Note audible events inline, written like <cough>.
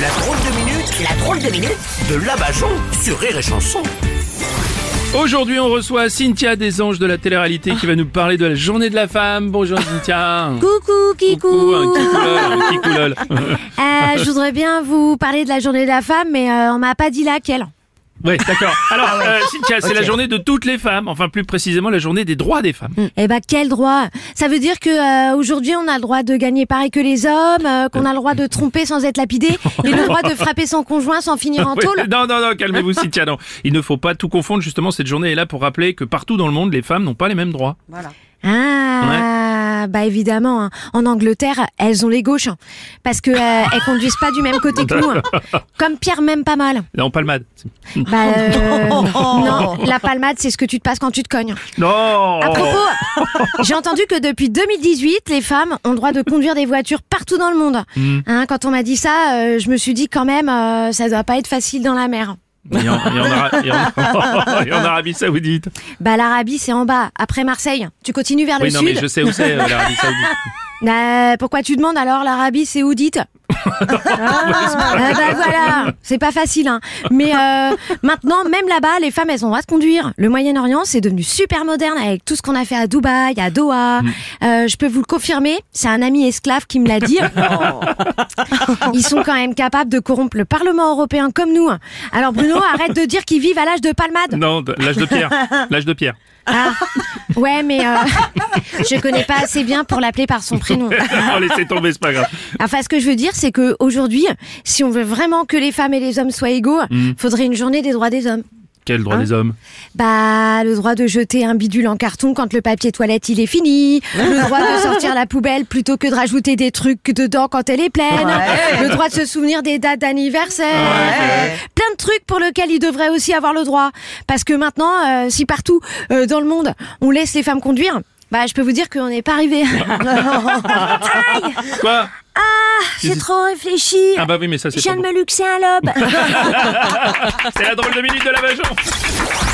La drôle de minute, la drôle de minute de Labajon sur Rire et Chanson. Aujourd'hui, on reçoit Cynthia des Anges de la télé-réalité qui va nous parler de la journée de la femme. Bonjour Cynthia. Coucou Kikou Coucou, un kikoulol, un kikoulol. <laughs> Euh, Je voudrais bien vous parler de la journée de la femme, mais euh, on m'a pas dit laquelle. <laughs> Ouais, d'accord. Alors, euh, Cynthia, c'est la journée de toutes les femmes. Enfin, plus précisément, la journée des droits des femmes. Eh ben quel droit Ça veut dire que euh, aujourd'hui on a le droit de gagner pareil que les hommes, euh, qu'on a le droit de tromper sans être <laughs> lapidé, et le droit de frapper son conjoint sans finir en Ouais, tôle. non, non, non, calmez-vous, Cynthia. Non, il ne faut pas tout confondre. Justement, cette journée est là pour rappeler que partout dans le monde, les femmes n'ont pas les mêmes droits. Ah bah évidemment, hein. en Angleterre, elles ont les gauches, hein, parce que euh, elles conduisent pas du même côté que <laughs> nous, hein. comme Pierre même pas mal. Là, en palmade. <laughs> Bah euh, non, la palmade c'est ce que tu te passes quand tu te cognes. Non. À propos, j'ai entendu que depuis 2018, les femmes ont le droit de conduire des voitures partout dans le monde. Mm. Hein, quand on m'a dit ça, euh, je me suis dit quand même, euh, ça doit pas être facile dans la mer. Et en, et en Ara- et en- <laughs> et en Arabie Saoudite. Bah l'Arabie, c'est en bas, après Marseille. Tu continues vers le Oui, non, mais sud. je sais où c'est euh, l'Arabie <laughs> Saoudite. Euh, pourquoi tu demandes alors l'Arabie saoudite Ah, bah voilà, c'est pas facile. Hein. Mais euh, maintenant, même là-bas, les femmes, elles ont le droit de conduire. Le Moyen-Orient, c'est devenu super moderne avec tout ce qu'on a fait à Dubaï, à Doha. Euh, je peux vous le confirmer, c'est un ami esclave qui me l'a dit. Ils sont quand même capables de corrompre le Parlement européen comme nous. Alors Bruno, arrête de dire qu'ils vivent à l'âge de palmade. Non, de- l'âge de pierre. L'âge de pierre. Ah, ouais, mais euh, <laughs> je connais pas assez bien pour l'appeler par son prénom. <laughs> On Oh, laissez tomber, c'est pas grave. Enfin, ce que je veux dire, c'est que aujourd'hui, si on veut vraiment que les femmes et les hommes soient égaux, faudrait une journée des droits des hommes. Quel Hein droit des hommes Bah, le droit de jeter un bidule en carton quand le papier toilette il est fini, le droit de sortir la poubelle plutôt que de rajouter des trucs dedans quand elle est pleine, le droit de se souvenir des dates d'anniversaire, euh, plein de trucs pour lesquels il devrait aussi avoir le droit. Parce que maintenant, euh, si partout euh, dans le monde on laisse les femmes conduire, bah je peux vous dire qu'on n'est pas arrivé. Quoi Ah, J'ai trop réfléchi. Ah bah oui, mais ça c'est Ah, Je viens pas de bon. me luxer un lobe. C'est la drôle de minute de la Bajon